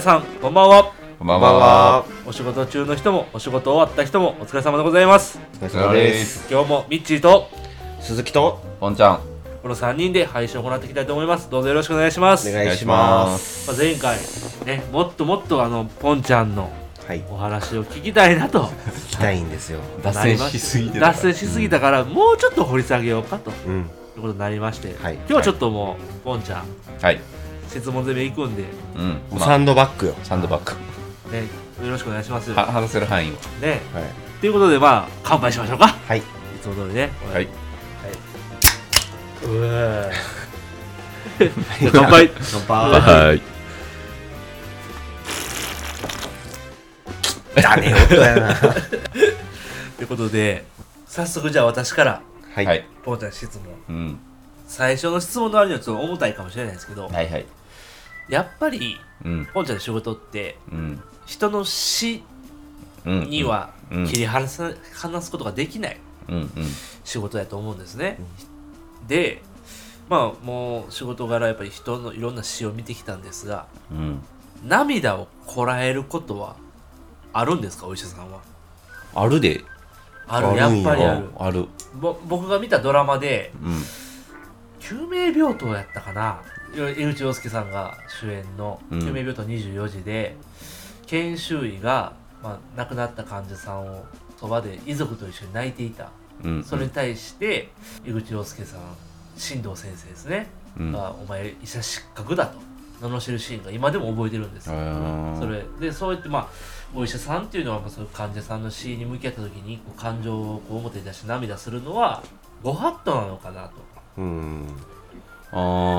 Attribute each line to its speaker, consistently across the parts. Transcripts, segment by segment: Speaker 1: さんこんばんは
Speaker 2: こんばんは。
Speaker 1: お仕事中の人もお仕事終わった人もお疲れ様でございます
Speaker 3: お
Speaker 2: お
Speaker 3: 疲れ
Speaker 2: 疲
Speaker 3: 様
Speaker 2: れ様
Speaker 3: で
Speaker 2: ですす。
Speaker 1: 今日もミッチーと
Speaker 3: 鈴木と
Speaker 2: ぽんちゃん。
Speaker 1: この3人で配信を行っていきたいと思いますどうぞよろしくお願いします
Speaker 3: お
Speaker 1: ま
Speaker 3: 願いします。
Speaker 1: あ、前回ねもっともっとあのポンちゃんの
Speaker 3: はい、聞
Speaker 1: お話を聞きたいなと
Speaker 3: きたいんですよ。
Speaker 2: 脱線しすぎてた
Speaker 1: 脱線しすぎたから、もうちょっと掘り下げようかとい
Speaker 3: うん、
Speaker 1: うことになりまして、
Speaker 3: はい
Speaker 1: 今日はちょっともうポンちゃん
Speaker 2: はい。
Speaker 1: 質問攻め行くんで、
Speaker 2: うん。
Speaker 3: もう
Speaker 2: まあ
Speaker 3: サンドバッグよ。
Speaker 2: サンドバッ
Speaker 1: ね、よろしくお願いします
Speaker 2: グ。は話せる範囲を。
Speaker 1: ね
Speaker 3: はい、
Speaker 1: ということでまあ乾杯しましょうかい
Speaker 3: はい、
Speaker 1: つも通りね
Speaker 2: はい。
Speaker 1: うーじゃあ乾杯
Speaker 3: 乾
Speaker 2: はい。
Speaker 3: だね、音や な。
Speaker 1: ということで早速じゃあ私から
Speaker 3: はい、
Speaker 2: はい。
Speaker 1: ポンちゃん質問
Speaker 2: うん。
Speaker 1: 最初の質問の割にはちょっと重たいかもしれないですけど、
Speaker 2: はいはい。
Speaker 1: やっぱり
Speaker 2: うん。
Speaker 1: ポンちゃんの仕事って
Speaker 2: うん。
Speaker 1: 人の死
Speaker 2: うん。
Speaker 1: には
Speaker 2: うん
Speaker 1: 切り離さ、離すことができない
Speaker 2: うん。うん。
Speaker 1: 仕事やと思うんですね、でまあもう仕事柄やっぱり人のいろんな死を見てきたんですが
Speaker 2: うん。
Speaker 1: 涙をこらえることはあるんですかお医者さんは
Speaker 2: あるで。
Speaker 1: ある
Speaker 3: あ
Speaker 1: や
Speaker 3: るん
Speaker 1: っ
Speaker 3: や
Speaker 1: ぱりある
Speaker 2: ある。
Speaker 1: ぼ僕が見たドラマで
Speaker 2: うん。
Speaker 1: 救命病棟やったかなよ江口洋介さんが主演の「
Speaker 2: うん
Speaker 1: 救命病棟24時で」研修医が、まあ、亡くなった患者さんをそばで遺族と一緒に泣いていた
Speaker 2: うん。
Speaker 1: それに対して江口洋介さん進藤先生ですね、
Speaker 2: うん。
Speaker 1: が「お前医者失格だ」と罵るシーンが今でも覚えてるんですよ
Speaker 2: へー
Speaker 1: それでそうやってまあお医者さんっていうのはまあそういう患者さんの死に向き合った時にこう感情をこう表に出して涙するのはご法度なのかなと
Speaker 3: うん、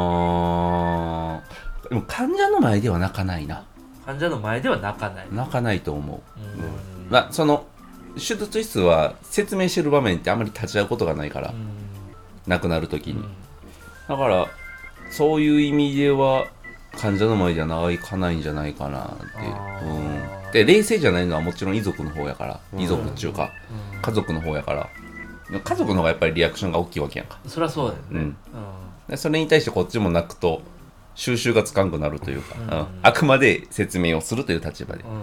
Speaker 2: あー。でも患者の前では泣かないな。
Speaker 1: 患者の前では泣かない、うん
Speaker 2: 泣かないと思う。まあ、その、手術室は説明してる場面ってあんまり立ち会うことがないから
Speaker 1: う、ん
Speaker 2: 亡くなるとき
Speaker 1: う
Speaker 2: に。
Speaker 1: ん
Speaker 2: だからそういう意味では患者の前じゃ長いかないんじゃないかなって
Speaker 1: あ
Speaker 2: う
Speaker 1: ー
Speaker 2: ん、で冷静じゃないのはもちろん遺族の方やから
Speaker 3: うん
Speaker 2: 遺族っていうか
Speaker 1: うん
Speaker 2: 家族の方やから家族の方がやっぱりリアクションが大きいわけやんか、
Speaker 1: そりゃそうだよね、
Speaker 2: うん、
Speaker 1: う
Speaker 2: でそれに対してこっちも泣くと収拾がつかんくなるというか、
Speaker 1: うん
Speaker 2: うんあくまで説明をするという立場で
Speaker 1: んうん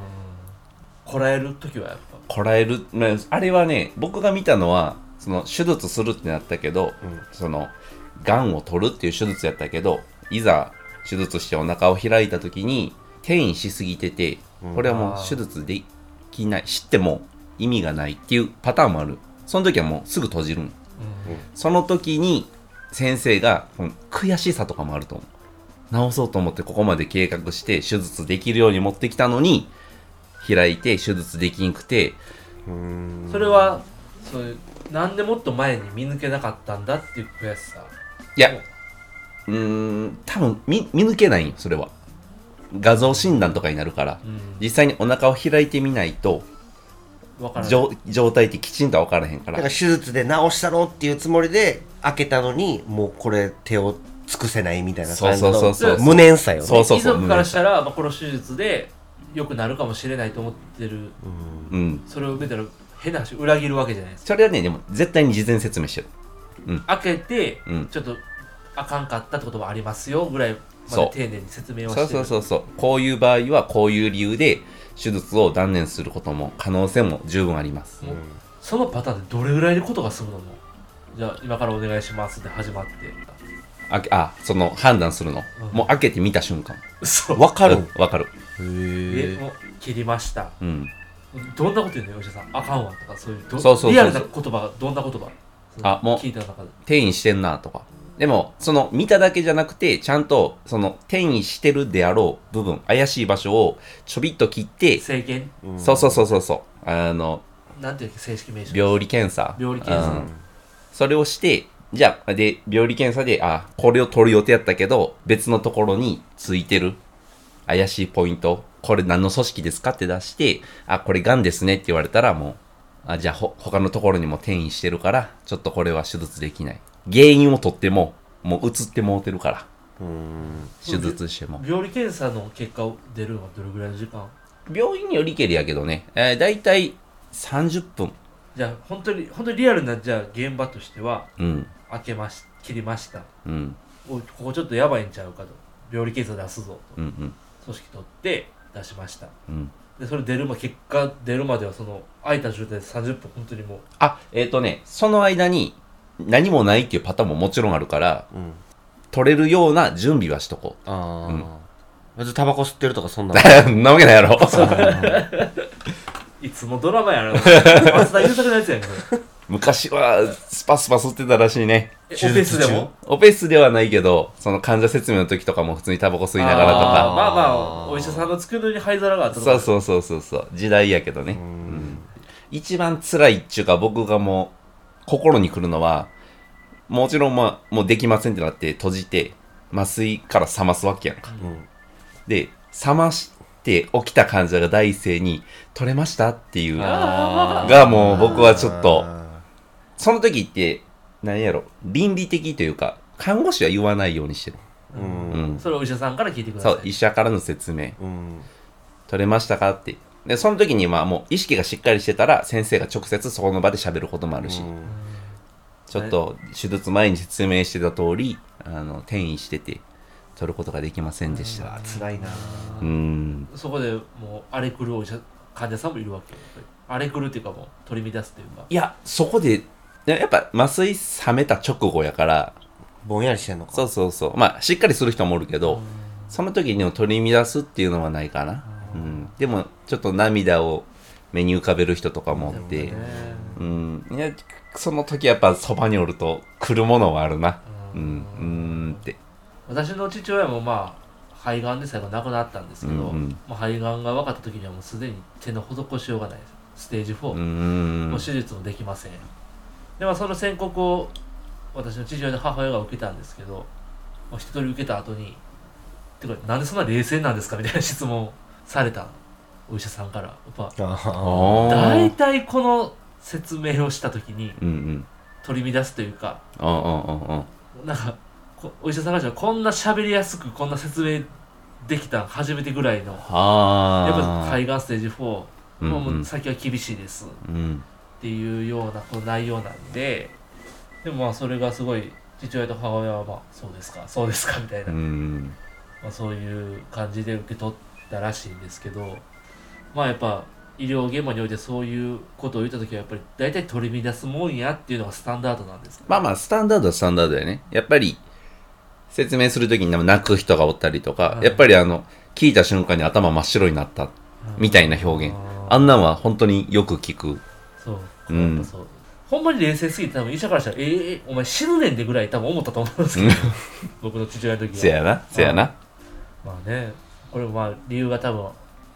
Speaker 1: こらえる時はやっぱ
Speaker 2: こらえるまああれはね僕が見たのはその手術するってなったけど、
Speaker 3: うん
Speaker 2: そのがんを取るっていう手術やったけどいざ手術してお腹を開いた時に転移しすぎてて
Speaker 3: うん
Speaker 2: これはもう手術できない知っても意味がないっていうパターンもあるその時はもうすぐ閉じるん
Speaker 1: うん
Speaker 2: その時に先生がこの悔しさとかもあると思う治そうと思ってここまで計画して手術できるように持ってきたのに開いて手術できんくて
Speaker 3: うん、
Speaker 1: それはそういうなんでもっと前に見抜けなかったんだっていう悔しさ
Speaker 2: いやうーん多分見見抜けないよそれは画像診断とかになるから
Speaker 1: うん
Speaker 2: 実際にお腹を開いてみないと
Speaker 1: わからない
Speaker 2: 状状態ってきちんとは分からへんか
Speaker 3: だ
Speaker 2: ら
Speaker 3: から手術で治したのっていうつもりで開けたのに、もうこれ手を尽くせないみたいな感じの
Speaker 2: そうそうそう
Speaker 1: そう
Speaker 3: 無念さよね。
Speaker 2: そうそうそう
Speaker 1: 遺族からしたら、まあ、この手術で良くなるかもしれないと思ってる
Speaker 3: う
Speaker 2: う
Speaker 3: ん
Speaker 2: ん
Speaker 1: それを受けたら変な話裏切るわけじゃないですか
Speaker 2: それはねでも絶対に事前説明してる
Speaker 1: 開けて、
Speaker 2: うん
Speaker 1: ちょっとあかんかったってこともありますよぐらいま
Speaker 2: そ
Speaker 1: で丁
Speaker 2: う
Speaker 1: 寧に説明をして
Speaker 2: そう
Speaker 1: る
Speaker 2: そう
Speaker 1: う
Speaker 2: そうそうこういう場合はこういう理由で手術を断念することも可能性も十分あります
Speaker 1: もうそのパターンでどれぐらいのことが済むのもじゃあ今からお願いしますって始まって
Speaker 2: あけあその判断するの、
Speaker 1: うん
Speaker 2: もう開けて見た瞬間
Speaker 1: 嘘
Speaker 3: わかる
Speaker 2: うん分かる
Speaker 1: え
Speaker 3: へ
Speaker 1: もう切りました
Speaker 2: うん
Speaker 1: どんなこと言うのお医者さんあかんわとかそういうど
Speaker 2: そうそうそうそう
Speaker 1: リアルな言葉がどんな言葉
Speaker 2: あもう
Speaker 1: 聞いた中で
Speaker 2: 転移してんなとか。でも、その見ただけじゃなくて、ちゃんとその転移してるであろう部分、怪しい場所をちょびっと切って、
Speaker 1: 政権
Speaker 2: そうそうそうそうそう、あの、
Speaker 1: なんていう正式名称
Speaker 2: 病理検査。
Speaker 1: 病理検査
Speaker 2: うんそれをして、じゃあ、で、病理検査で、あ、これを取る予定やったけど、別のところについてる怪しいポイント、これ何の組織ですかって出して、あ、これ癌ですねって言われたらもう、あ、じゃあほ、他のところにも転移してるから、ちょっとこれは手術できない。原因を取っても、もう移ってもうてるから、
Speaker 3: うん。
Speaker 2: 手術しても。
Speaker 1: 病理検査の結果を出るのはどれぐらいの時間
Speaker 2: 病院によりけりやけどね、えー、だいたい30分。
Speaker 1: じゃあ本当に本当にリアルなじゃあ現場としては
Speaker 2: うん、
Speaker 1: 開けまし切りました
Speaker 2: うん、
Speaker 1: おいここちょっとやばいんちゃうかと病理検査出すぞと
Speaker 2: うん、うん。
Speaker 1: 組織取って出しました
Speaker 2: うん。
Speaker 1: でそれ出るま結果出るまではその空いた状態で30分本当にもう
Speaker 2: あ、えっ、とね、その間に何もないっていうパターンももちろんあるから、
Speaker 3: うん
Speaker 2: 取れるような準備はしとこう。
Speaker 3: あ
Speaker 2: うん
Speaker 3: あ別にタバコ吸ってるとかそん な
Speaker 2: ん なわけないやろ。
Speaker 1: いつもドラマやな松田優作のやつやんこれ
Speaker 2: 昔はスパスパ吸ってたらしいね。
Speaker 1: えオ
Speaker 3: 手
Speaker 1: ペス
Speaker 3: 術中
Speaker 1: でも
Speaker 2: オペ室ではないけど、その患者説明の時とかも普通にタバコ吸いながらと
Speaker 1: あー
Speaker 2: か。
Speaker 1: まあまあお医者さんの机の上に灰皿があったと
Speaker 2: そ
Speaker 1: か
Speaker 2: うそうそうそうそう。時代やけどね。うん一番辛いっちゅうか僕がもう心に来るのは、もちろんまあ、もうできませんってなって閉じて、麻酔から冷ますわけやんか。
Speaker 3: うん
Speaker 2: で、冷まして起きた患者が第一声に、取れましたっていう。
Speaker 1: あ
Speaker 2: がもう僕はちょっと
Speaker 3: あ
Speaker 2: その時って、何やろ、倫理的というか、看護師は言わないようにしてる。
Speaker 3: ーう
Speaker 2: うんん。
Speaker 1: それをお医者さんから聞いてくださ
Speaker 2: そ、
Speaker 1: いう
Speaker 2: 医者からの説明、
Speaker 3: うん
Speaker 2: 取れましたかって。で、その時に、まあもう意識がしっかりしてたら、先生が直接そこの場で喋ることもあるし、
Speaker 3: うん
Speaker 2: ちょっと手術前に説明してた通り、あの、転移してて、取ることができませんでし
Speaker 3: う
Speaker 2: た
Speaker 3: わ。辛いな
Speaker 2: うん。
Speaker 1: そこでもう荒れ狂うお医者患者さんもいるわけよやっぱり荒れ狂うっていうかもう取り乱すっていうか
Speaker 2: いや、そこで、でやっぱ麻酔冷めた直後やから、
Speaker 3: ぼんやりしてんのか
Speaker 2: そうそうそう。まあ、しっかりする人もおるけど、その時にも取り乱すっていうのはないかな。うん、でも、ちょっと涙を目に浮かべる人とかもおって、
Speaker 1: ね
Speaker 2: うん、いや、その時やっぱそばにおると来るものはあるな。う
Speaker 1: うん
Speaker 2: ん、うんって。
Speaker 1: 私の父親もまあ肺がんで最後亡くなったんですけど、
Speaker 2: うんうん
Speaker 1: まあ、肺がんが分かった時にはもうすでに手の施しようがないですステージ4、
Speaker 2: う
Speaker 1: も
Speaker 2: ん
Speaker 1: う。手術もできませんでまあその宣告を私の父親の母親が受けたんですけど、まあ、一通り受けた後に「てかなんでそんな冷静なんですか?」みたいな質問をされたお医者さんからやっぱ
Speaker 3: あ
Speaker 2: ああ
Speaker 1: 大。体この説明をした時に
Speaker 2: うんうん。
Speaker 1: 取り乱すというか
Speaker 2: ああ、ああ、
Speaker 1: なんかこお医者さんからしたらこんな喋りやすくこんな説明できたん初めてぐらいのやっ
Speaker 2: ああ。
Speaker 1: ぱ肺がんステージ4、もう
Speaker 2: うんうん
Speaker 1: もう先は厳しいです
Speaker 2: うん。
Speaker 1: っていうようなこう内容なんででもまあそれがすごい父親と母親はまあそうですかそうですかみたいな、
Speaker 2: うん。
Speaker 1: まあ、そういう感じで受け取ったらしいんですけどまあやっぱ医療現場においてそういうことを言った時はやっぱり大体取り乱すもんやっていうのがスタンダードなんですね
Speaker 2: まあまあ、スタンダードはスタンダードだよね。やっぱり、説明するときに泣く人がおったりとか、
Speaker 1: うん
Speaker 2: やっぱりあの、聞いた瞬間に頭真っ白になった、みたいな表現。あんなんは本当によく聞く。
Speaker 1: そう、
Speaker 2: うん
Speaker 1: やっぱそうほんまに冷静すぎて多分医者からしたら「えーえーお前死ぬねんで」ぐらい多分思ったと思うんですけど 僕の父親の時
Speaker 2: せ
Speaker 1: は
Speaker 2: やな、せやな。
Speaker 1: まあねこれもまあ理由が多分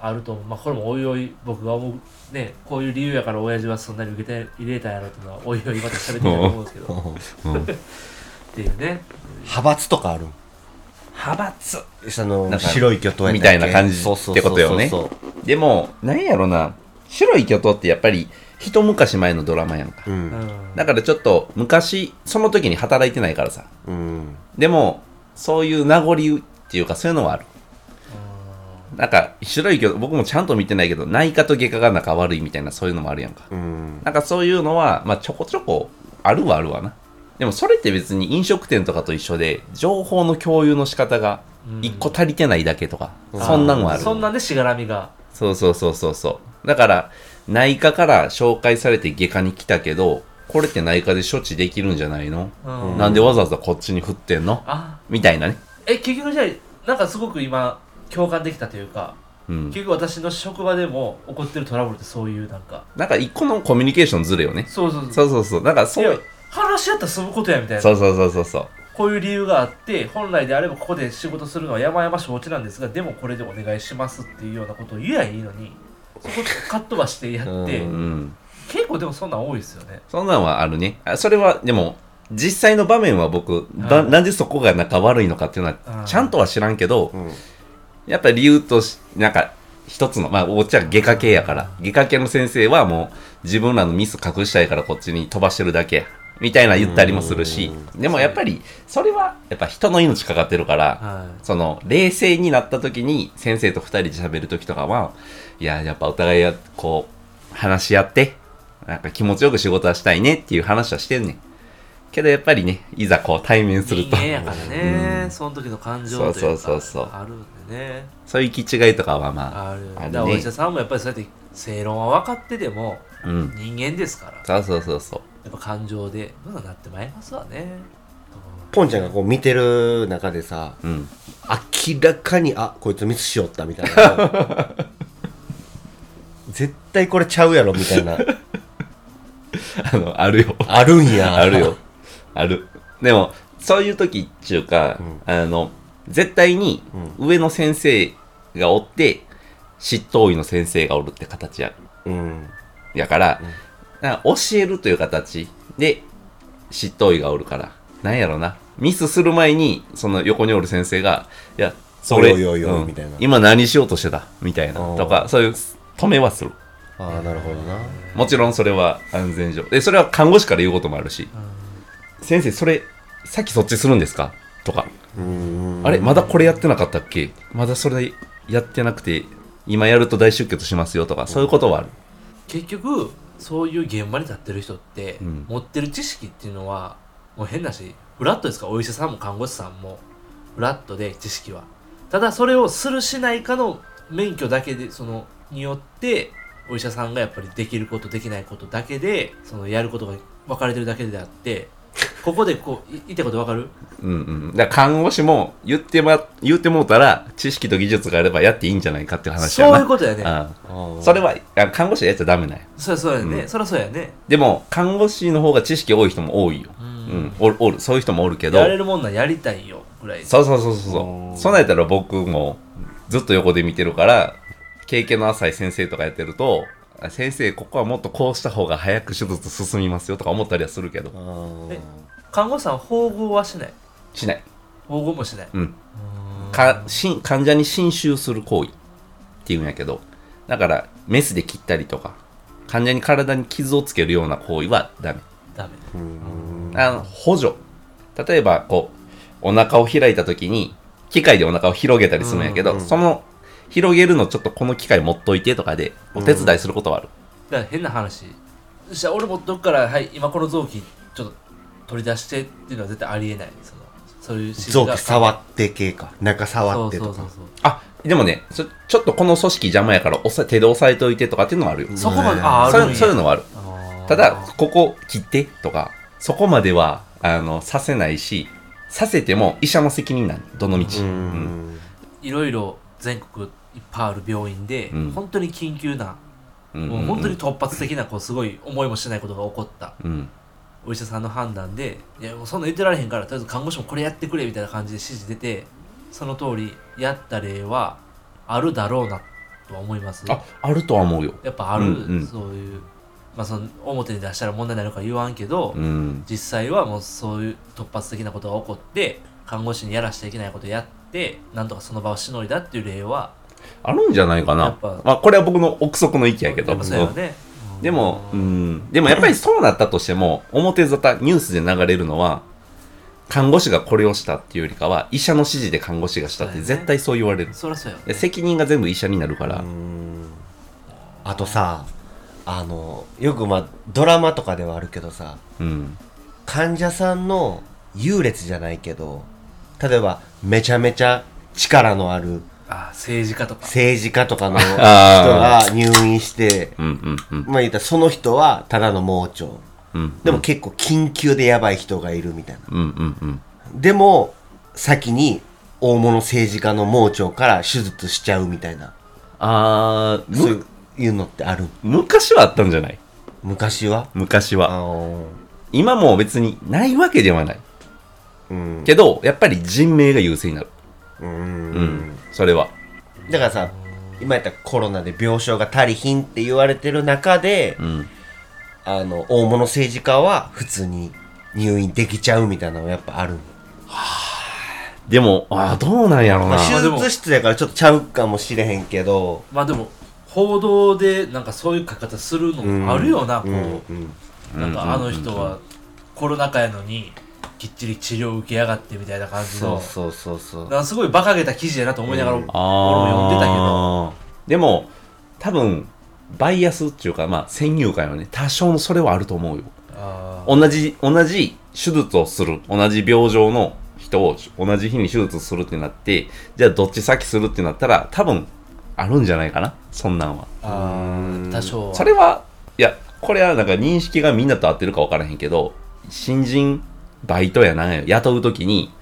Speaker 1: あると思うまあこれもおいおい僕が思うねこういう理由やから親父はそんなに受けて入れたんやろっていうのはおいおいまた喋っていきたいと思うんですけどっ
Speaker 2: うん
Speaker 1: ていうね
Speaker 3: 派閥とかあるん
Speaker 2: 派閥
Speaker 3: その
Speaker 2: なんか
Speaker 3: 白い巨頭やったっけ
Speaker 2: みたいな感じ
Speaker 3: そうそう
Speaker 2: ってことよね
Speaker 3: そうそうそ
Speaker 2: でも、なんやろな、白い巨頭ってやっぱり一昔前のドラマやんか。
Speaker 3: うう
Speaker 1: うんん
Speaker 2: だからちょっと昔、その時に働いてないからさ。
Speaker 3: うん
Speaker 2: でも、そういう名残っていうかそういうのはある。なんか、白い巨頭、僕もちゃんと見てないけど、内科と外科が仲悪いみたいなそういうのもあるやんか。
Speaker 3: うん
Speaker 2: なんかそういうのは、まあちょこちょこあるはあるわな。でもそれって別に飲食店とかと一緒で、情報の共有の仕方が一個足りてないだけとか、
Speaker 3: うん
Speaker 2: そんなんはある。
Speaker 1: そんなんでしがらみが
Speaker 2: そうそうそうそうそう。だから、内科から紹介されて外科に来たけど、これって内科で処置できるんじゃないの、
Speaker 1: うん
Speaker 2: なんでわざわざこっちに振ってんの
Speaker 1: あ
Speaker 2: みたいなね。
Speaker 1: え結局じゃあなんかすごく今共感できたというか
Speaker 2: うん。
Speaker 1: 結局私の職場でも起こってるトラブルってそういうなんか
Speaker 2: なんか一個のコミュニケーションずれよね。
Speaker 1: そうそうそう
Speaker 2: そうそうそう。なんかそ
Speaker 1: いや
Speaker 2: う。
Speaker 1: 話し合ったら済むことやみたいな
Speaker 2: そうそうそうそうそう。
Speaker 1: こういう理由があって、本来であればここで仕事するのは山々承知なんですが、でもこれでお願いしますっていうようなことを言えばいいのに、そこカットばしてやって、
Speaker 3: う
Speaker 2: うん。
Speaker 1: 結構でもそんなん多いですよね。
Speaker 2: そんなんはあるね。あそれは、でも、実際の場面は僕、な
Speaker 1: うん
Speaker 2: なんでそこが仲悪いのかっていうの
Speaker 1: うん
Speaker 2: は、ちゃんとは知らんけど、
Speaker 3: うん
Speaker 2: やっぱり理由とし、なんか、一つの、まあ、お茶外科系やから、外科系の先生はもう、自分らのミス隠したいからこっちに飛ばしてるだけや、みたいな言ったりもするし、でもやっぱり、それは、やっぱ人の命かかってるから、
Speaker 1: はい。
Speaker 2: その、冷静になった時に、先生と二人で喋る時とかは、いや、やっぱお互いや、こう、話し合って、なんか気持ちよく仕事はしたいねっていう話はしてんねん。けどやっぱりね、いざこう対面すると
Speaker 1: 人間、やからね、
Speaker 2: うん
Speaker 1: その時の感情というか
Speaker 2: そうそうそうそう
Speaker 1: あるんでね
Speaker 2: そういう行き違いとかはまあ、
Speaker 1: ある
Speaker 2: あるね
Speaker 1: だからお医者さんもやっぱりそうやって正論は分かってでも
Speaker 2: うん。
Speaker 1: 人間ですからや
Speaker 2: そうそうそうそう。
Speaker 1: っぱ感情でそんなんなってまいりますわね
Speaker 3: ポンちゃんがこう見てる中でさ
Speaker 2: うん。
Speaker 3: 明らかにあこいつミスしよったみたいな 絶対これちゃうやろみたいな
Speaker 2: あの、あるよ。
Speaker 3: あるん や
Speaker 2: あるよ。ある。でも、そういう時っていうか、
Speaker 3: ん
Speaker 2: あの、絶対に上の先生がおって、執刀医の先生がおるって形や
Speaker 3: うん
Speaker 2: やから、だから教えるという形で執刀医がおるから、なんやろな。ミスする前に、その横におる先生が、いや、それ、
Speaker 3: おいおいおいおい
Speaker 2: うん
Speaker 3: みたいな
Speaker 2: 今何しようとしてたみたいな。
Speaker 3: おー
Speaker 2: とか、そういう止めはする。
Speaker 3: ああなるほどな
Speaker 2: もちろんそれは安全上。で、それは看護師から言うこともあるし、先生、それ、さっきそっちするんですかとか、
Speaker 3: うん
Speaker 2: あれ、まだこれやってなかったっけまだそれやってなくて、今やると大出血しますよとか、そういうことはある。
Speaker 1: 結局そういう現場に立ってる人って、
Speaker 2: うん
Speaker 1: 持ってる知識っていうのはもう変なしフラットですからお医者さんも看護師さんもフラットで知識はただそれをするしないかの免許だけでそのによってお医者さんがやっぱりできることできないことだけでそのやることが分かれてるだけであってここでこうい言いたいこと分かる
Speaker 2: うんうん。だから看護師も言ってま、言ってもうたら、知識と技術があればやっていいんじゃないかっていう話や
Speaker 1: そう
Speaker 2: な。
Speaker 1: いうことやね
Speaker 2: うんそれは、あ看護師はやっちゃダメなんよ
Speaker 1: そりゃそうやね、
Speaker 2: うん
Speaker 1: そりゃそうやね
Speaker 2: でも、看護師の方が知識多い人も多いよ。
Speaker 1: う
Speaker 2: うんん。おる、おる、そういう人もおるけど。
Speaker 1: やれるもんなんやりたいよぐらい
Speaker 2: そうそうそうそう
Speaker 3: う
Speaker 2: そ
Speaker 3: ん
Speaker 2: う。そうなやったら僕もずっと横で見てるから、経験の浅い先生とかやってると、あ先生、ここはもっとこうした方が早く手術進みますよとか思ったりはするけど
Speaker 3: あ、ー
Speaker 1: え看護師さんは縫合はしない
Speaker 2: しない。
Speaker 1: 縫合もしない
Speaker 2: うん。
Speaker 1: うーん
Speaker 2: かしん患者に侵襲する行為っていうんやけど、だから、メスで切ったりとか、患者に体に傷をつけるような行為はダメ。
Speaker 1: ダメ
Speaker 3: うん
Speaker 2: あの補助例えばこうお腹を開いた時に機械でお腹を広げたりするんやけど、
Speaker 3: うんうん
Speaker 2: その広げるのちょっとこの機械持っといてとかでお手伝いすることはある、
Speaker 1: だから変な話そしたら俺もどっから、はい、今この臓器ちょっと取り出してっていうのは絶対ありえないそのそういう指
Speaker 3: 臓器触
Speaker 1: っ
Speaker 3: って系か中触ってと
Speaker 1: そう
Speaker 3: か
Speaker 1: そう
Speaker 2: あでもねそちょっとこの組織邪魔やから押さ手で押さえといてとかっていうのはあるよ、
Speaker 1: そうそうそこまで
Speaker 3: ね
Speaker 1: ああ
Speaker 2: そ
Speaker 1: るん
Speaker 2: う
Speaker 1: や
Speaker 2: そういうのはある
Speaker 1: あー
Speaker 2: ただここ切ってとかそこまではあのさせないしさせても医者の責任なんどの道、
Speaker 3: う
Speaker 2: うん
Speaker 3: ん
Speaker 1: いろいろ全国いっぱいある病院で、
Speaker 2: うん
Speaker 1: 本当に緊急な、
Speaker 2: うんうん
Speaker 1: もう本当に突発的なこうすごい思いもしないことが起こった
Speaker 2: うん
Speaker 1: お医者さんの判断でいやもうそんなん言ってられへんからとりあえず看護師もこれやってくれみたいな感じで指示出てその通りやった例はあるだろうなとは思います
Speaker 2: ああるとは思うよ、
Speaker 1: やっぱある、
Speaker 2: うんうん
Speaker 1: そういう、まあ、その表に出したら問題になるから言わんけど、
Speaker 2: うん、
Speaker 1: 実際はもうそういう突発的なことが起こって看護師にやらしていけないことやってなんとかその場をしのいだっていう例は
Speaker 2: あるんじゃないか
Speaker 1: や
Speaker 2: な
Speaker 1: っぱ。
Speaker 2: まあ、これは僕の憶測の意見やけど。
Speaker 1: っぱそうやね、
Speaker 2: う
Speaker 1: うんん
Speaker 2: でも、うん。でもやっぱりそうなったとしても、表沙汰、ニュースで流れるのは、看護師がこれをしたっていうよりかは、医者の指示で看護師がしたって絶対そう言われる。
Speaker 1: そりゃそうやわね
Speaker 2: で責任が全部医者になるから。
Speaker 3: うんあとさあのよくまあドラマとかではあるけどさ
Speaker 2: うん。
Speaker 3: 患者さんの優劣じゃないけど例えばめちゃめちゃ力のある
Speaker 1: あ政治家とか
Speaker 3: 政治家とかの人
Speaker 2: あ
Speaker 3: が入院して
Speaker 2: うんうんうん。
Speaker 3: まあ言ったらその人はただの盲腸
Speaker 2: うん。
Speaker 3: でも結構緊急でやばい人がいるみたいな
Speaker 2: うんうんうん。
Speaker 3: でも先に大物政治家の盲腸から手術しちゃうみたいな
Speaker 2: あー
Speaker 3: そう
Speaker 2: む、
Speaker 3: いうのってある
Speaker 2: 昔はあったんじゃない
Speaker 3: 昔は
Speaker 2: 昔
Speaker 3: あ
Speaker 2: は。
Speaker 3: の
Speaker 2: 今も別にないわけではない。
Speaker 3: うん
Speaker 2: けど、やっぱり人命が優勢になる。
Speaker 3: う
Speaker 2: うんん。それは。
Speaker 3: だからさ今やったらコロナで病床が足りひんって言われてる中で
Speaker 2: うん。
Speaker 3: あの大物政治家は普通に入院できちゃうみたいなのやっぱある
Speaker 2: でも、ああ、どうなんやろう
Speaker 3: ま
Speaker 2: な
Speaker 3: あ。手
Speaker 1: でも
Speaker 3: 術室やからちょっとちゃうかもしれへんけど
Speaker 1: まあでも報道でなんかそういう書き方する
Speaker 3: うん
Speaker 1: のあるよな、
Speaker 3: うん
Speaker 1: こ
Speaker 3: うん
Speaker 1: うなんかあの人はコロナ禍やのにきっちり治療を受けやがってみたいな感じ
Speaker 3: そ
Speaker 1: の
Speaker 3: うそうそうそう
Speaker 1: なんかすごい馬鹿げた記事やなと思いながら、
Speaker 3: うん
Speaker 1: 俺も読んでたけど
Speaker 2: あーでも多分バイアスっていうかまあ先入観はね多少のそれはあると思うよ
Speaker 1: あ
Speaker 2: 同じ、同じ手術をする、同じ病状の人を同じ日に手術するってなって、じゃあどっち先するってなったら、多分あるんじゃないかな、そんなんは。
Speaker 1: ああ多少は
Speaker 2: それはいやこれはなんか認識がみんなと合ってるか分からへんけど新人バイトやなんや雇う時に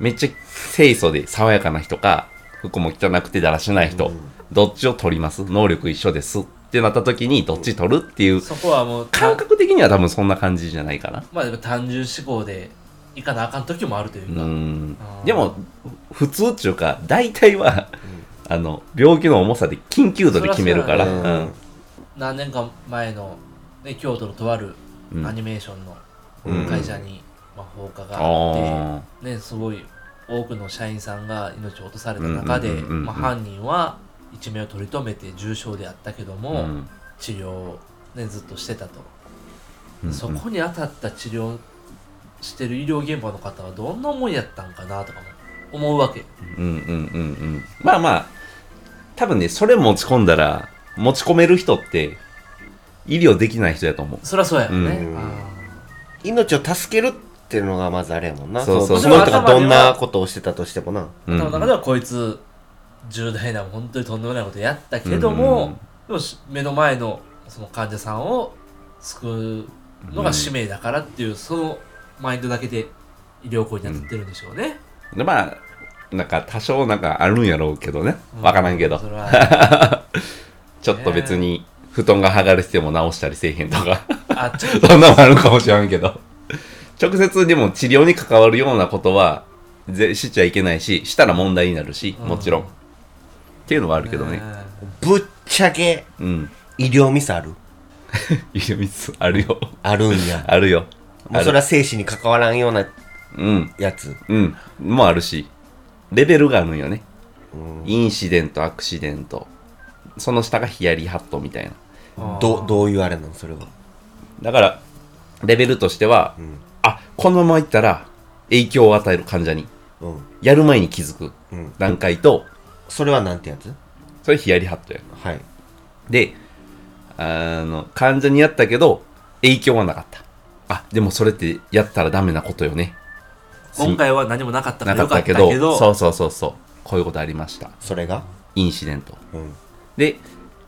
Speaker 2: めっちゃ清楚で爽やかな人か服も汚くてだらしない人、どっちを取ります能力一緒ですってなった時にどっち取るっていう
Speaker 1: そこはもうた
Speaker 2: 感覚的には多分そんな感じじゃないかな
Speaker 1: まあでも単純思考でいかなあかん時もあるといううか、
Speaker 2: ん
Speaker 1: あー
Speaker 2: でも普通っていうか大体はあの病気の重さで緊急度で決めるから
Speaker 1: そ
Speaker 3: りゃそうやね
Speaker 1: 何年か前の、ね、京都のとある
Speaker 2: うん
Speaker 1: アニメーションの
Speaker 2: うん
Speaker 1: 会社に、まあ、放火があっ
Speaker 2: あ
Speaker 1: て、ね、すごい多くの社員さんが命を落とされた中で、
Speaker 2: うんうんうんうん
Speaker 1: まあ、犯人は一命を取り留めて重傷であったけど
Speaker 2: あ
Speaker 1: も、治療を、ね、ずっとしてたと、そこに当たった治療してる医療現場の方はどんな思いやったんかなとかも思うわけ
Speaker 2: うんうんうんうんまあまあ多分ねそれ持ち込んだら持ち込める人って医療できない人やと思う
Speaker 1: そりゃそうやろね、
Speaker 3: うん
Speaker 1: あ
Speaker 3: 命を助けるっていうのがまずあれやもんな
Speaker 2: そうそう
Speaker 3: のの人がどんなことをしてたとしてもな
Speaker 1: ー頭の中で
Speaker 2: は
Speaker 1: はこいつ重大な本当にとんでもないことやったけども、でもし目の前のその患者さんを救うのが使命だからっていう、そのマインドだけで医療行為に当たってるんでしょうね、
Speaker 2: でまあなんか多少なんかあるんやろうけどね
Speaker 1: う
Speaker 2: 分からんけど、
Speaker 1: それは
Speaker 2: ちょっと別に布団が剥がれてても直したりせえへんとか
Speaker 1: あちょ
Speaker 2: そんなんもあるかもしれんけど直接でも治療に関わるようなことはぜしちゃいけないししたら問題になるしもちろん、
Speaker 1: う
Speaker 2: っていうのはあるけどね、
Speaker 3: ぶっちゃけ
Speaker 2: うん
Speaker 3: 医療ミスある
Speaker 2: 医療ミスあるよ
Speaker 3: あるんや
Speaker 2: あるよ。
Speaker 3: もうそれは生死に関わらんような
Speaker 2: うん。
Speaker 3: やつ
Speaker 2: うん。もあるし、レベルがあるんよね。
Speaker 3: うん
Speaker 2: インシデント、アクシデント。その下がヒヤリハットみたいな。
Speaker 3: どどういうあれなのそれは
Speaker 2: だから、レベルとしては、
Speaker 3: うん
Speaker 2: あ、このままいったら影響を与える患者に。
Speaker 3: うん
Speaker 2: やる前に気づく
Speaker 3: うん
Speaker 2: 段階と、
Speaker 3: それはなんてやつ
Speaker 2: それヒヤリハットや。
Speaker 3: はい
Speaker 2: で、あの、患者にやったけど、影響はなかった。あ、でもそれってやったらダメなことよね。
Speaker 1: 今回は何もなかったか
Speaker 2: な
Speaker 1: ら
Speaker 2: か
Speaker 1: よ
Speaker 2: っ
Speaker 1: かったたけ
Speaker 2: け
Speaker 1: ど
Speaker 2: ど、そうそうそうそう。こういうことありました。
Speaker 3: それが
Speaker 2: インシデント。
Speaker 3: うん
Speaker 2: で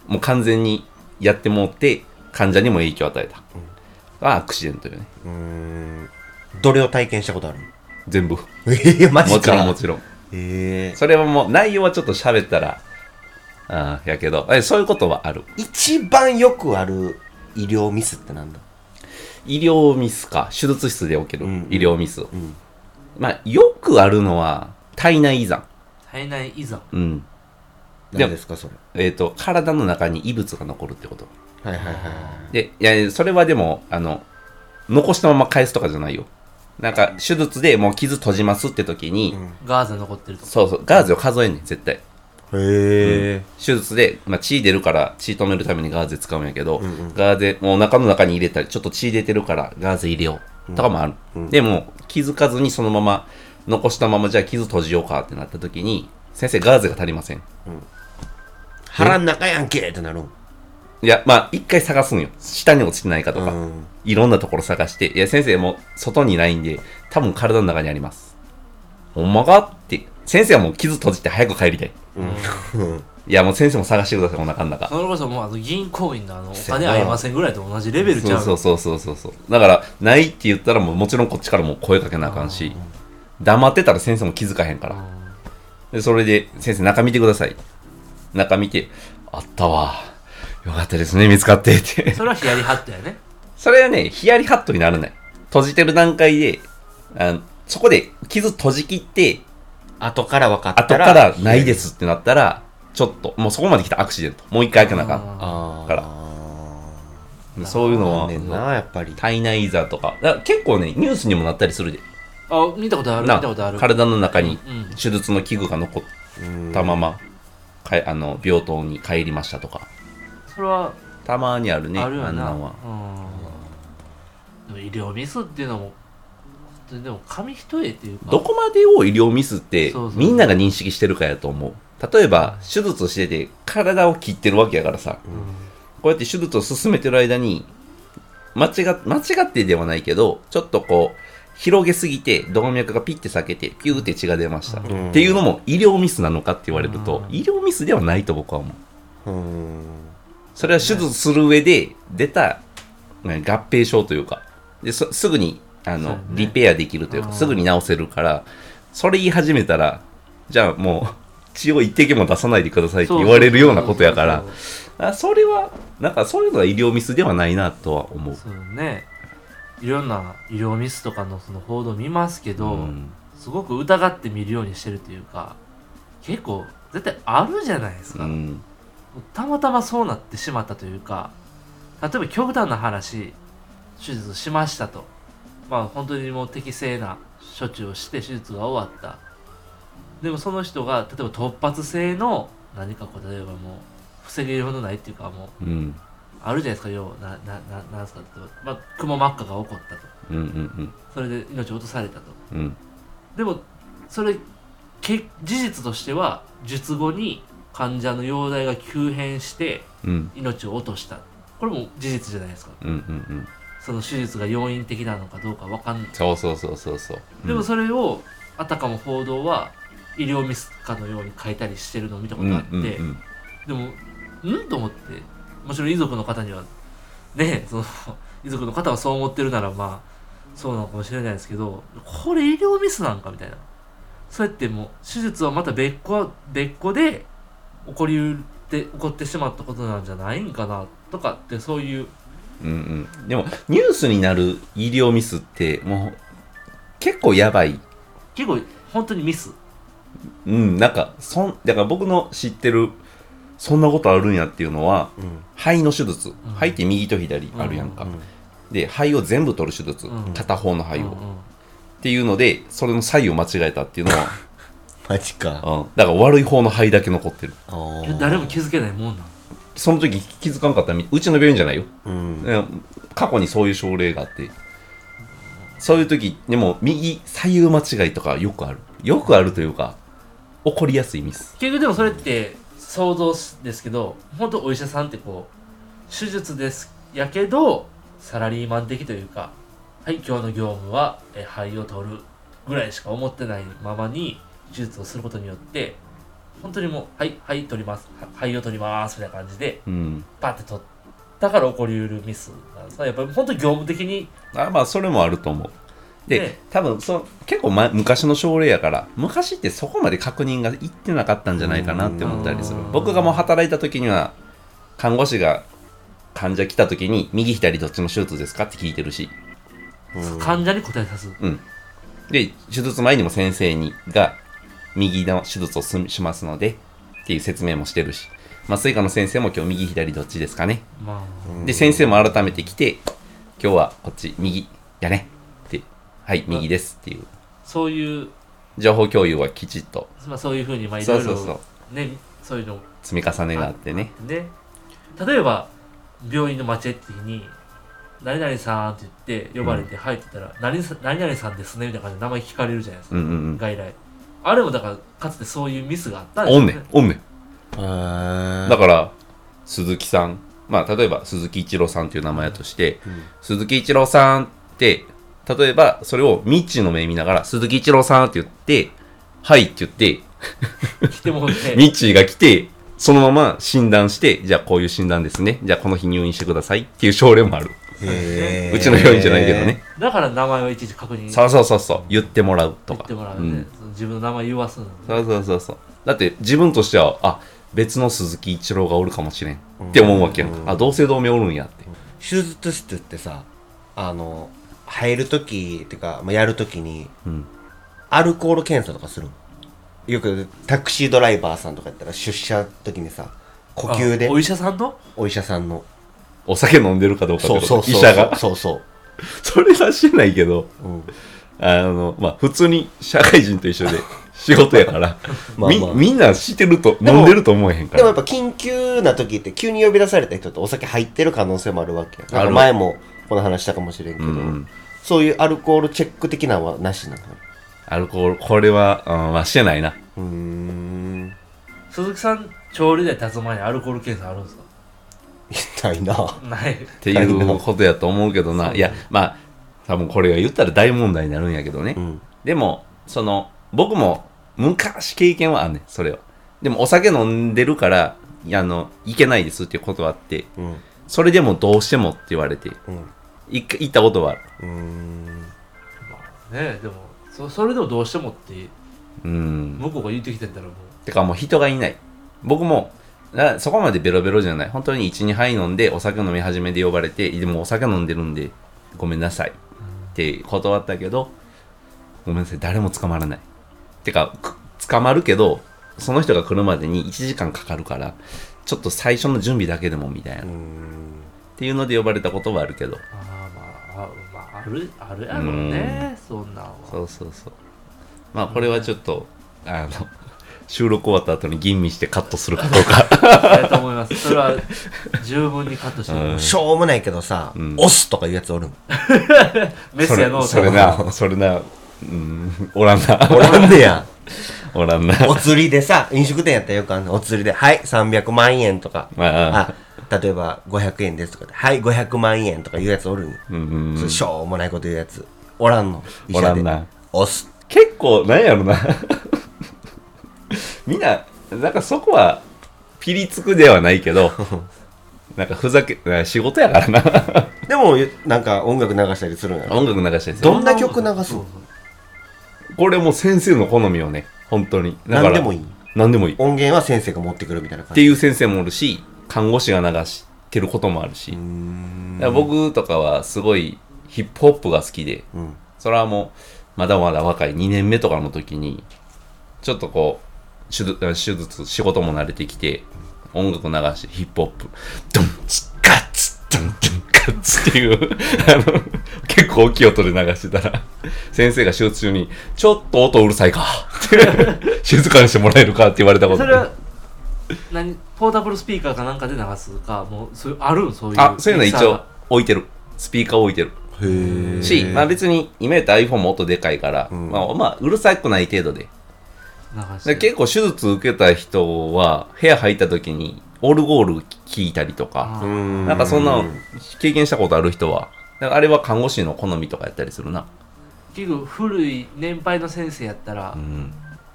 Speaker 2: もう完全にやってもうて患者にも影響を与えた、あアクシデントよね
Speaker 3: うーんどれを体験したことある
Speaker 2: 全部も
Speaker 3: ええマジ
Speaker 2: ちろ
Speaker 3: か
Speaker 2: んもちろん
Speaker 3: ええ
Speaker 2: それはもう内容はちょっと喋ったらああやけどえそういうことはある
Speaker 3: 一番よくある医療ミスってなんだ
Speaker 2: 医療ミスか手術室で起きる
Speaker 3: うん
Speaker 2: 医療ミス、
Speaker 3: うん
Speaker 2: まあよくあるのは体内依存
Speaker 1: 体内依存
Speaker 2: うんでも
Speaker 3: 何ですかそれ
Speaker 2: えっ、と体の中に異物が残るってこと
Speaker 3: はいはいはいはい
Speaker 2: でいやそれはでもあの残したまま返すとかじゃないよなんか手術でもう傷閉じますって時に、
Speaker 3: うん
Speaker 1: ガーゼ残ってるとか
Speaker 2: そうそう、ガーゼを数えんねん、絶対。
Speaker 3: へえ、
Speaker 2: 手術で、まあ、血出るから血止めるためにガーゼ使うんやけど、
Speaker 3: うんうん
Speaker 2: ガーゼもうお腹の中に入れたりちょっと血出てるからガーゼ入れようとかもある、
Speaker 3: うん
Speaker 2: でも気づかずにそのまま残したままじゃあ傷閉じようかってなった時に先生ガーゼが足りません
Speaker 3: 腹ん中やんけってなるん
Speaker 2: いやまあ一回探すんよ下に落ちてないかとか、
Speaker 3: うん
Speaker 2: いろんなところ探していや先生もう外にないんで多分体の中にありますほんまかって先生はもう傷閉じて早く帰りたい
Speaker 3: うん
Speaker 2: いやもう先生も探してくださいお腹の中
Speaker 1: それこそもうあの銀行員のあのお
Speaker 3: そうや
Speaker 1: 金
Speaker 3: な
Speaker 1: 合いませんぐらいと同じレベルちゃう
Speaker 2: そうそうそうそうそうそうだからないって言ったらもうもちろんこっちからもう声かけなあかんし黙ってたら先生も気づかへんからでそれで先生中見てください中見てあったわよかったですね見つかって っ
Speaker 1: うん
Speaker 2: て
Speaker 1: それはヒヤリハットやね
Speaker 2: それはねヒヤリハットにならない閉じてる段階であのそこで傷閉じ切って
Speaker 3: 後から分かっ
Speaker 2: 後
Speaker 3: た
Speaker 2: かららないですってなったらちょっともうそこまで来たアクシデントもう一回開けなあかん
Speaker 3: あー
Speaker 2: からそういうの
Speaker 3: あん
Speaker 2: は
Speaker 3: ねんなやっぱり
Speaker 2: 体内イザーとかだから結構ねニュースにもなったりするで
Speaker 1: あ見たことある見
Speaker 2: な
Speaker 1: たことある
Speaker 2: 体の中に
Speaker 1: うん
Speaker 2: 手術の器具が残ったまま、かえあの病棟に帰りましたとか
Speaker 1: それは
Speaker 2: たまにあるね
Speaker 1: あるよ
Speaker 2: ん
Speaker 1: な
Speaker 2: なんは
Speaker 1: うん、でも医療ミスっていうのも本当にでも紙一重っていうか
Speaker 2: どこまでを医療ミスって
Speaker 1: そうそう
Speaker 2: みんなが認識してるかやと思う例えば手術をしてて体を切ってるわけやからさ
Speaker 1: うん
Speaker 2: こうやって手術を進めてる間に間違っ間違ってではないけどちょっとこう広げすぎて動脈がピッて裂けてピューって血が出ました、
Speaker 3: うん
Speaker 2: っていうのも医療ミスなのかって言われると、
Speaker 1: うん
Speaker 2: 医療ミスではないと僕は思う
Speaker 3: うん
Speaker 2: それは手術する上で出た何合併症というかでそすぐにあ
Speaker 1: そう
Speaker 2: の、
Speaker 1: ね
Speaker 2: リペアできるというか
Speaker 1: うん
Speaker 2: すぐに治せるからそれ言い始めたらじゃあもう 血を一滴も出さないでくださいって言われるようなことやからあそれはなんかそういうのは医療ミスではないなとは思う
Speaker 1: そうねいろんな医療ミスとかのその報道見ますけど、
Speaker 2: うん
Speaker 1: すごく疑って見るようにしてるというか結構絶対あるじゃないです
Speaker 2: う
Speaker 1: か、
Speaker 2: ん
Speaker 1: たまたまそうなってしまったというか例えば極端な話手術しましたとまあ本当にもう適正な処置をして手術が終わったでもその人が例えば突発性の何かこう例えばもう防げようのないっていうかもう
Speaker 2: うん
Speaker 1: あるじゃないですか要はななななんすか例えば、まあ、雲膜下が起こったと
Speaker 2: うんうん
Speaker 1: それで命を落とされたと
Speaker 2: うんうん
Speaker 1: でもそれけ事実としては術後に患者の容体が急変して
Speaker 2: うん
Speaker 1: 命を落としたこれも事実じゃないですか
Speaker 2: うんうんうん
Speaker 1: その手術が要因的なのかどうかわかんない
Speaker 2: そうそうそうそうそう
Speaker 1: でも
Speaker 2: そ
Speaker 1: それをあたかも報道は医療ミスかのように変えたりしてるのを見たこ
Speaker 2: う
Speaker 1: と
Speaker 2: んう
Speaker 1: が
Speaker 2: ん
Speaker 1: あって、
Speaker 2: うん
Speaker 1: でもうんと思ってもちろん遺族の方にはねその 遺族の方はそう思ってるならまあそうなのかもしれないですけどこれ医療ミスなんかみたいなそうやってもう手術はまた別個別個で起こりうって起こってしまったことなんじゃないんかなとかってそういう
Speaker 2: うんうん、でもニュースになる医療ミスってもう結構やばい、
Speaker 1: 結構本当にミス
Speaker 2: うん、なんかそんだから僕の知ってるそんなことあるんやっていうのは
Speaker 3: うん
Speaker 2: 肺の手術
Speaker 1: ん
Speaker 2: 肺って右と左あるやんか、
Speaker 3: うん
Speaker 2: で肺を全部取る手術、
Speaker 1: うん
Speaker 2: 片方の肺
Speaker 1: う
Speaker 2: を、
Speaker 1: ん
Speaker 2: っ
Speaker 1: うん
Speaker 2: ていうのでそれの左右を間違えたっていうのは、
Speaker 3: マジか
Speaker 2: うん、だから悪い方の肺だけ残ってる
Speaker 3: あ
Speaker 1: いや
Speaker 3: ー
Speaker 1: 誰も気づけないもんなん
Speaker 2: その時気づかんかったらみうちの病院じゃないよ
Speaker 3: うん
Speaker 2: うん過去にそういう症例があってそういう時でも右左右間違いとかよくあるよくあるというか起こりやすいミス
Speaker 1: 結局でもそれって想像ですけど本当お医者さんってこう手術ですやけどサラリーマン的というかはい今日の業務はえ肺を取るぐらいしか思ってないままに手術をすることによって本当にもうはいはい取りますは肺を取りますみたいな感じで
Speaker 2: うん
Speaker 1: パッて取ったから起こりうるミスなんですかやっぱり本当に業務的に
Speaker 2: あまあそれもあると思うで
Speaker 1: ね
Speaker 2: 多分そ結構、ま、昔の症例やから昔ってそこまで確認がいってなかったんじゃないかなって思ったりする
Speaker 1: うん
Speaker 2: 僕がもう働いた時には看護師が患者来た時に右左どっちの手術ですかって聞いてるし
Speaker 3: うん
Speaker 1: 患者に答えさす、
Speaker 2: で手術前にも先生にが右の手術をすしますのでっていう説明もしてるし麻酔科の先生も今日右左どっちですかね
Speaker 1: ま
Speaker 2: で先生も改めて来て今日はこっち右やねってはい右ですっていう
Speaker 1: あそういう、
Speaker 2: 情報共有はきちっと
Speaker 1: まあ、そういうふうにまあい
Speaker 2: そ
Speaker 1: ろ
Speaker 2: う
Speaker 1: い
Speaker 2: そうそう
Speaker 1: ろねそういうのを
Speaker 2: 積み重ねがあってね
Speaker 1: で例えば病院の待ち合い時に「何々さん」って言って呼ばれて入ってたら「何さ何々さんですね」みたいな感じで名前聞かれるじゃないですか、
Speaker 2: うんうん
Speaker 1: 外来あれもだからかつてそういうミスがあった
Speaker 2: うんん
Speaker 1: です
Speaker 2: お
Speaker 1: よ
Speaker 2: ん
Speaker 1: ね
Speaker 2: ねんおんねん
Speaker 3: あ
Speaker 2: だから鈴木さんまあ例えば鈴木一郎さんという名前だとして、鈴木一郎さんって、例えば、それをミッチーの目見ながら、鈴木一郎さんって言って、はいって言って、
Speaker 1: 来てもらって
Speaker 2: ミッチーが来て、そのまま診断して、じゃあこういう診断ですね。じゃあこの日入院してくださいっていう症例もある。
Speaker 3: へー
Speaker 2: うちの病院じゃないけどね。
Speaker 1: だから名前をいちいち確認
Speaker 2: そうそうそうそう。言ってもらうと
Speaker 1: 言
Speaker 2: か。
Speaker 1: ってもらう
Speaker 2: う
Speaker 1: ね、
Speaker 2: ん
Speaker 1: その自分の名前言わすのね
Speaker 2: そうそうそうそう。だって自分としては、あ、別の鈴木一郎がおるかもしれんって思うわけやん
Speaker 3: う
Speaker 2: か。あ、
Speaker 3: ん
Speaker 2: 同姓同名おるんやって。
Speaker 3: 手術室ってさあの入るときってか、まあ、やるときに
Speaker 2: うん。
Speaker 3: アルコール検査とかするのよくタクシードライバーさんとかやったら出社時にさ呼吸で
Speaker 1: あお医者さんの
Speaker 3: お医者さんの
Speaker 2: お酒飲んでるかどうかって
Speaker 3: そ
Speaker 2: こ
Speaker 3: う
Speaker 2: と
Speaker 3: そうそう
Speaker 2: 医者が。
Speaker 3: そうそ
Speaker 2: それはしてないけど。
Speaker 3: う、うん、
Speaker 2: あの、まあ、普通に社会人と一緒 で仕事やから、
Speaker 3: まあ
Speaker 2: み、
Speaker 3: まあ
Speaker 2: みんなしてると、
Speaker 3: でも
Speaker 2: 飲んでると思えへんか
Speaker 3: でもやっ
Speaker 2: ら。
Speaker 3: ぱ緊急な時って急に呼び出された人ってお酒入ってる可能性もあるわけ
Speaker 2: あ
Speaker 3: なん
Speaker 2: る
Speaker 3: か前もこの話したかもしれんけ
Speaker 2: う
Speaker 3: ど、
Speaker 2: ん、
Speaker 3: そういうアルコールチェック的なのはなしなの
Speaker 2: アルコール、これは、うん、まあ、してないな。
Speaker 3: うーん
Speaker 1: 鈴木さん調理で立つ前にアルコール検査あるんですか
Speaker 3: ないな
Speaker 1: ない
Speaker 2: っていうことやと思うけどな。いや、まあ、多分これが言ったら大問題になるんやけどね。
Speaker 3: うん
Speaker 2: でも、その、僕も昔経験はあんねん、それを。でもお酒飲んでるから、いやあの、いけないですっていうことはあって、
Speaker 3: うん
Speaker 2: それでもどうしてもって言われて、
Speaker 3: うん
Speaker 2: い行ったことはある。
Speaker 3: うーん
Speaker 1: まあねでもそそれでもどうしてもって
Speaker 2: うん。
Speaker 1: 向こうが言ってきてんだろうも
Speaker 2: てかもう人がいない。僕も、なそこまでベロベロじゃない。本当に1、2杯飲んで、お酒飲み始めで呼ばれて、でもお酒飲んでるんで、ごめんなさい。って断ったけど、ごめんなさい、誰も捕まらない。てか、く捕まるけど、その人が来るまでに1時間かかるから、ちょっと最初の準備だけでもみたいな。
Speaker 3: うー
Speaker 2: っ
Speaker 3: ん
Speaker 2: ていうので呼ばれたことはあるけど。
Speaker 1: ああまああまああるあるやろうねそんなん
Speaker 2: そ
Speaker 1: は
Speaker 2: うそうそう。まあ、これはちょっと、あの、収録終わった後に吟味してカットするかどうか。
Speaker 1: だと思いますそれは十分にカットして
Speaker 2: うん
Speaker 1: る
Speaker 3: しょうもないけどさ、
Speaker 2: うん
Speaker 3: 押すとかいうやつお るん
Speaker 1: メス
Speaker 2: そ
Speaker 1: や
Speaker 2: れ
Speaker 1: の
Speaker 2: それな、それな、うん、おらんな、
Speaker 3: おらんねや。
Speaker 2: おらんな。
Speaker 3: お釣りでさ、飲食店やったらよくあるの。お釣りで、はい、300万円とか。
Speaker 2: まあ、
Speaker 3: あ、例えば500円ですとかで、はい、500万円とかいうやつおるんよ
Speaker 2: うんうん
Speaker 3: それしょうもないこと言うやつ。おらんの。
Speaker 2: おらんな。
Speaker 3: 押す。
Speaker 2: 結構、なんやろな。 みんな、なんかそこは、ピリつくではないけど、なんかふざけ、なんか仕事やからな。
Speaker 3: でも、なんか音楽流したりするんやろ。
Speaker 2: 音楽流したりする
Speaker 3: どんな曲流すの
Speaker 1: そう
Speaker 2: これもう先生の好みよね、本当に。だから
Speaker 3: 何でもいい。
Speaker 2: 何でもいい。っ
Speaker 3: 音源は先生が持ってくるみたいな感
Speaker 2: て
Speaker 3: じ。
Speaker 2: いう先生もおるし、看護師が流してることもあるし。
Speaker 3: うーん
Speaker 2: だから僕とかはすごいヒップホップが好きで、
Speaker 3: うん。
Speaker 2: それはもう、まだまだ若い2年目とかの時に、ちょっとこう、手術、手術仕事も慣れてきて、音楽流してヒップホップ、ドンツッカッツドンドンカッツっていう、 あの、結構大きい音で流してたら、先生が手術中に、ちょっと音うるさいかって、静かにしてもらえるかって言われたこと
Speaker 1: それは何ポータブルスピーカーかなんかで流すかもうそういうあるんそういう
Speaker 2: あ、そういうのは
Speaker 1: ミキ
Speaker 2: 一
Speaker 1: サー
Speaker 2: 応
Speaker 1: が
Speaker 2: 置いてる。スピーカー置いてる。
Speaker 3: へえ。
Speaker 2: し、まあ別に、今やったら iPhone も音でかいから、
Speaker 3: うん
Speaker 2: まあ、まあ、うるさくない程度で。
Speaker 1: 流し
Speaker 2: で
Speaker 1: て
Speaker 2: 結構手術受けた人は部屋入った時にオルゴール聴いたりと
Speaker 1: あ
Speaker 2: か
Speaker 1: ー
Speaker 3: うん
Speaker 2: なんかそんなの経験したことある人はだからあれは看護師の好みとかやったりするな、
Speaker 1: 結構古い年配の先生やったら
Speaker 2: うん、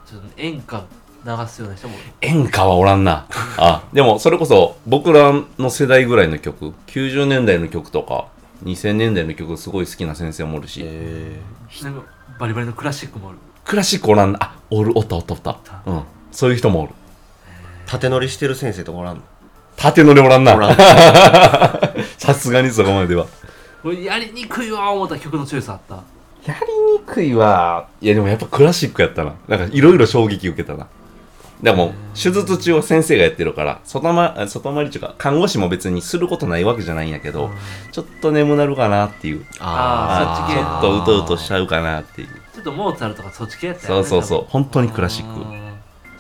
Speaker 1: ちょっと演歌流すような人も
Speaker 2: 演歌はおらん なあでもそれこそ僕らの世代ぐらいの曲90年代の曲とか2000年代の曲すごい好きな先生もおるし、
Speaker 3: へ
Speaker 1: でもバリバリのクラシックもある
Speaker 2: クラシックおらんなあおるおったおったおった、うん、そういう人もおる
Speaker 3: ー縦乗りしてる先生とかおらんの
Speaker 2: 縦乗りおらん
Speaker 3: お
Speaker 2: な
Speaker 3: らん。
Speaker 2: さすがにそこまでは
Speaker 1: これやりにくいわ思った曲のチョイスあった
Speaker 2: やりにくいわいやでもやっぱクラシックやったななんかいろいろ衝撃受けたなでも手術中は先生がやってるから外,、ま、外回り中か看護師も別にすることないわけじゃないんやけど、ちょっと眠なるかなっていう
Speaker 1: あー
Speaker 2: ちょ
Speaker 1: あ
Speaker 2: っとうとうとしち
Speaker 3: ゃう。
Speaker 2: ゃうかなっていう
Speaker 1: ちょっとモーツァルトがそっち系やった
Speaker 2: そうそうそう
Speaker 1: う
Speaker 2: 本当にクラシック、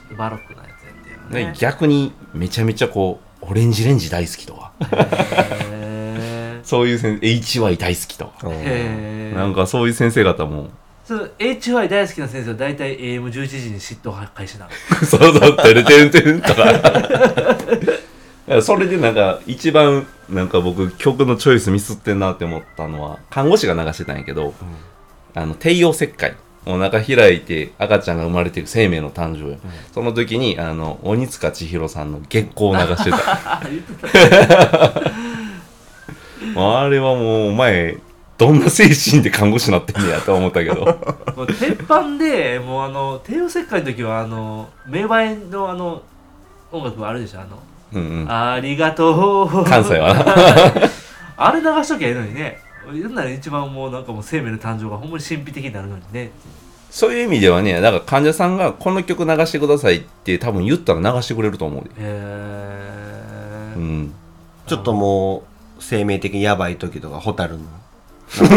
Speaker 1: クバロックなやつやったよ
Speaker 2: ね
Speaker 1: ね
Speaker 2: 逆にめちゃめちゃこうオレンジレンジ大好きと か
Speaker 1: へ
Speaker 2: そういう先 HY 大好きとか
Speaker 3: うん
Speaker 1: ーへー
Speaker 2: なんかそういう先生方も
Speaker 1: その HY 大好きな先生は大体 AM11 時に嫉妬開始なの
Speaker 2: そうそうてるてんてんとかだからそれでなんか一番なんか僕曲のチョイスミスってんなって思ったのは看護師が流してたんやけど、あの帝王切開お腹開いて赤ちゃんが生まれていく生命の誕生や、その時にあの鬼塚千尋さんの月光を流してた
Speaker 1: あ 言ってた
Speaker 2: あれはもうお前どんな精神で看護師なってんねやと思ったけど
Speaker 1: もう鉄板で もうあの帝王切開の時はあの名場面のあの音楽はあるでしょあの、
Speaker 2: うん、 うん、
Speaker 1: ありがとう
Speaker 2: 関西はな
Speaker 1: あれ流しときゃいいのにね言うなら一番もうなんかもう生命の誕生がほんまに神秘的になるのにね
Speaker 2: そういう意味ではね、だから患者さんがこの曲流してくださいって多分言ったら流してくれると思うで。
Speaker 1: え
Speaker 2: う
Speaker 1: ー、
Speaker 2: ん。
Speaker 3: ちょっともう、生命的にやばい時とか、ホタルの。閉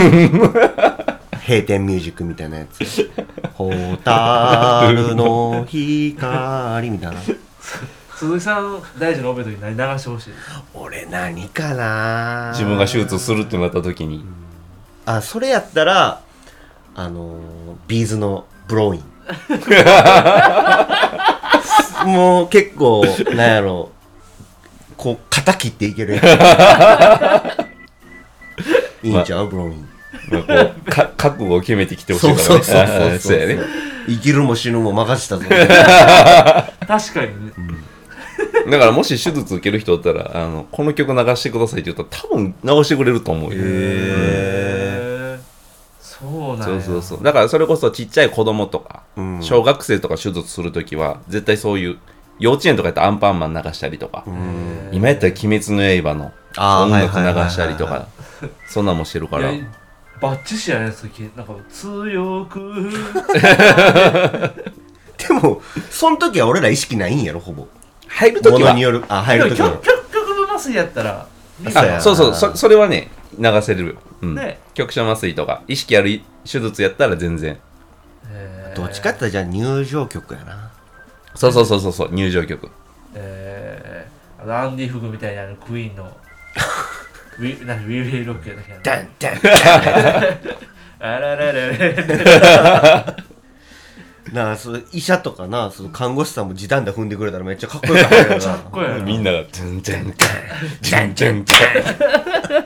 Speaker 3: 店ミュージックみたいなやつ。ホタルの光みたいな。
Speaker 1: 鈴木さん大臣のお弁当に何流してほしい
Speaker 3: 俺何かな
Speaker 2: 自分が手術するってなった時に、
Speaker 3: あ、それやったら、あのー、ビーズのブロー イン。もう結構、なんやろこう肩切っていけるやつ いいんちゃうブローイン
Speaker 2: まあこ うか覚悟を決めてきてほしいからね。あーそうやね。
Speaker 3: 生きるも死ぬも任 せたぞ
Speaker 1: 確かにね。
Speaker 2: だからもし手術受ける人だったら、あの、この曲流してくださいって言ったら多分流してくれると思うよ。
Speaker 1: へえ。そうなんや。
Speaker 2: そうそうそう。だからそれこそちっちゃい子供とか、
Speaker 3: うん
Speaker 2: 小学生とか手術するときは、絶対そういう、幼稚園とかやったらアンパンマン流したりとか、
Speaker 1: へー
Speaker 2: 今やったら鬼滅の刃の
Speaker 3: あー
Speaker 2: 音楽
Speaker 3: はいはいはいはいはい
Speaker 2: 流したりとか、そんなんもしてるから。
Speaker 1: いやバッチシやねその時なんか強く
Speaker 3: でもその時は俺ら意識ないんやろほぼ
Speaker 2: 入ると
Speaker 3: も
Speaker 2: き
Speaker 3: の
Speaker 2: は
Speaker 3: に、よるあ入
Speaker 1: でも
Speaker 3: る時
Speaker 1: 曲
Speaker 3: は
Speaker 1: 曲曲の麻酔やったら
Speaker 3: あそうや
Speaker 2: あ
Speaker 3: な
Speaker 2: そうそうそ、それはね、流せる。うん
Speaker 1: ね。
Speaker 2: 局所麻酔とか、意識ある手術やったら全然。
Speaker 1: えー
Speaker 3: どっちかって言ったらじゃあ入場曲やな
Speaker 2: そうそうそうそうそう、入場曲。
Speaker 1: えー、あのアンディ・フグみたいなあのクイーンのウィ何ウィル・ヘイ・ロックやったっけ
Speaker 3: ダンダン
Speaker 1: あらららら
Speaker 3: なあその医者とかなその看護師さんも時短で踏んでくれたらめっちゃかっこよかった よな
Speaker 1: かっこええな
Speaker 2: みんなが、じゃんじゃんじゃん、じゃんじゃんじゃん。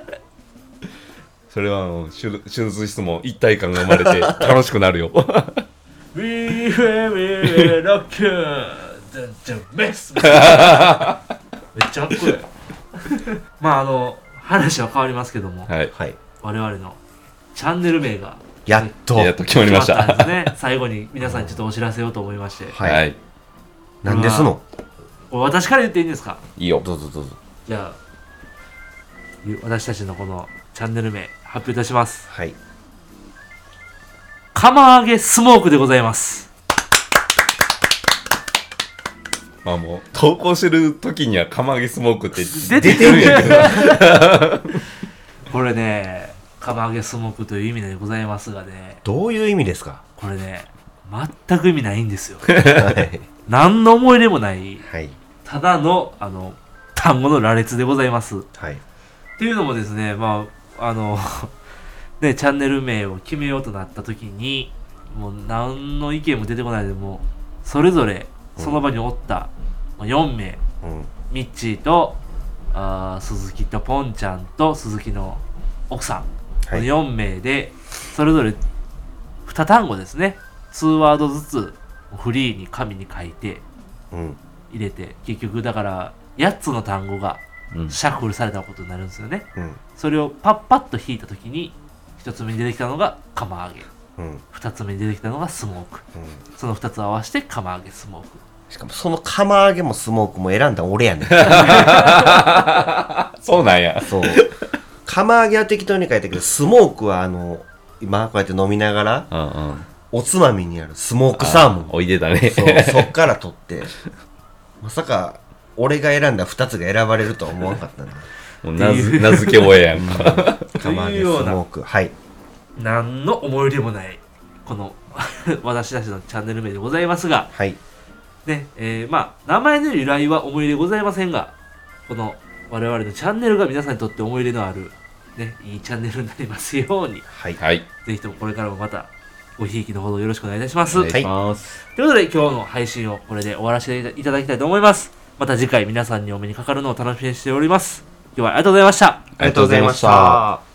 Speaker 2: それはもう手術手術室も一体感が生まれて楽しくなるよ。
Speaker 1: ウィル・ヘイ・ロックダンジャンメスめっちゃかっこいいまああの話は変わりますけども、
Speaker 2: はい。
Speaker 3: はい
Speaker 1: 我々のチャンネル名が
Speaker 3: やっと
Speaker 2: やっと決まりまし
Speaker 1: 決
Speaker 2: た。
Speaker 1: ったんですね最後に皆さんにちょっとお知らせをと思いまして
Speaker 3: は、
Speaker 2: はいい、い。
Speaker 3: なんですの
Speaker 1: これ私から言っていいんですか
Speaker 2: いよ。
Speaker 3: どうぞどうぞ
Speaker 1: じゃあゆ私たちのこのチャンネル名発表いたします
Speaker 3: はい
Speaker 1: 釜揚げスモークでございます
Speaker 2: まあもう、投稿してる時には釜揚げスモークって
Speaker 1: 出て
Speaker 2: るんや けど。
Speaker 1: これね釜揚げスモークという意味でございますがね
Speaker 3: どういう意味ですか
Speaker 1: これね全く意味ないんですよ
Speaker 3: はい
Speaker 1: 何の思い出もない
Speaker 3: はい
Speaker 1: ただのあの単語の羅列でございます
Speaker 3: はい
Speaker 1: っていうのもですね、まあ、あの、 ね、チャンネル名を決めようとなった時に、もう何の意見も出てこないで、もう、それぞれ、その場におった、まあ4名、
Speaker 3: うん
Speaker 1: ミッチーと、あー鈴木とポンちゃんと鈴木の奥さん、
Speaker 3: はい
Speaker 1: この4名で、それぞれ2単語ですね、2ワードずつ、フリーに紙に書いて、
Speaker 3: うん
Speaker 1: 入れて、結局、だから、8つの単語が
Speaker 2: うん
Speaker 1: シャッフルされたことになるんですよね。
Speaker 3: うん
Speaker 1: それをパッパッと引いた時に一つ目に出てきたのが釜揚げ
Speaker 3: うん
Speaker 1: 二つ目に出てきたのがスモーク
Speaker 3: うん
Speaker 1: その二つを合わせて釜揚げスモーク
Speaker 3: しかもその釜揚げもスモークも選んだ俺 やねん
Speaker 2: そうなんや。
Speaker 3: そう釜揚げは適当に書いたけどスモークはあの今こうやって飲みながら
Speaker 2: うんうん。
Speaker 3: おつまみにあるスモークサーモン
Speaker 2: おいでだね。
Speaker 3: そうそっから取ってまさか俺が選んだ2つが選ばれるとは思わなかったんだ
Speaker 2: もう名付名付け親やんか。
Speaker 3: 釜揚げス
Speaker 1: ような
Speaker 3: モークはい
Speaker 1: 何の思い入れもないこの 私たちのチャンネル名でございますが
Speaker 3: はい
Speaker 1: ねえーまあ名前の由来は思い入れございませんがこの我々のチャンネルが皆さんにとって思い入れのあるねいいチャンネルになりますように
Speaker 3: はい
Speaker 2: はい。
Speaker 1: ぜひともこれからもまたごひいきのほどよろしくお願いいたします、
Speaker 2: お願いします。
Speaker 1: ということで今日の配信をこれで終わらせていただきたいと思います。また次回皆さんにお目にかかるのを楽しみにしております。今日はありがとうございました。
Speaker 3: ありがとうございました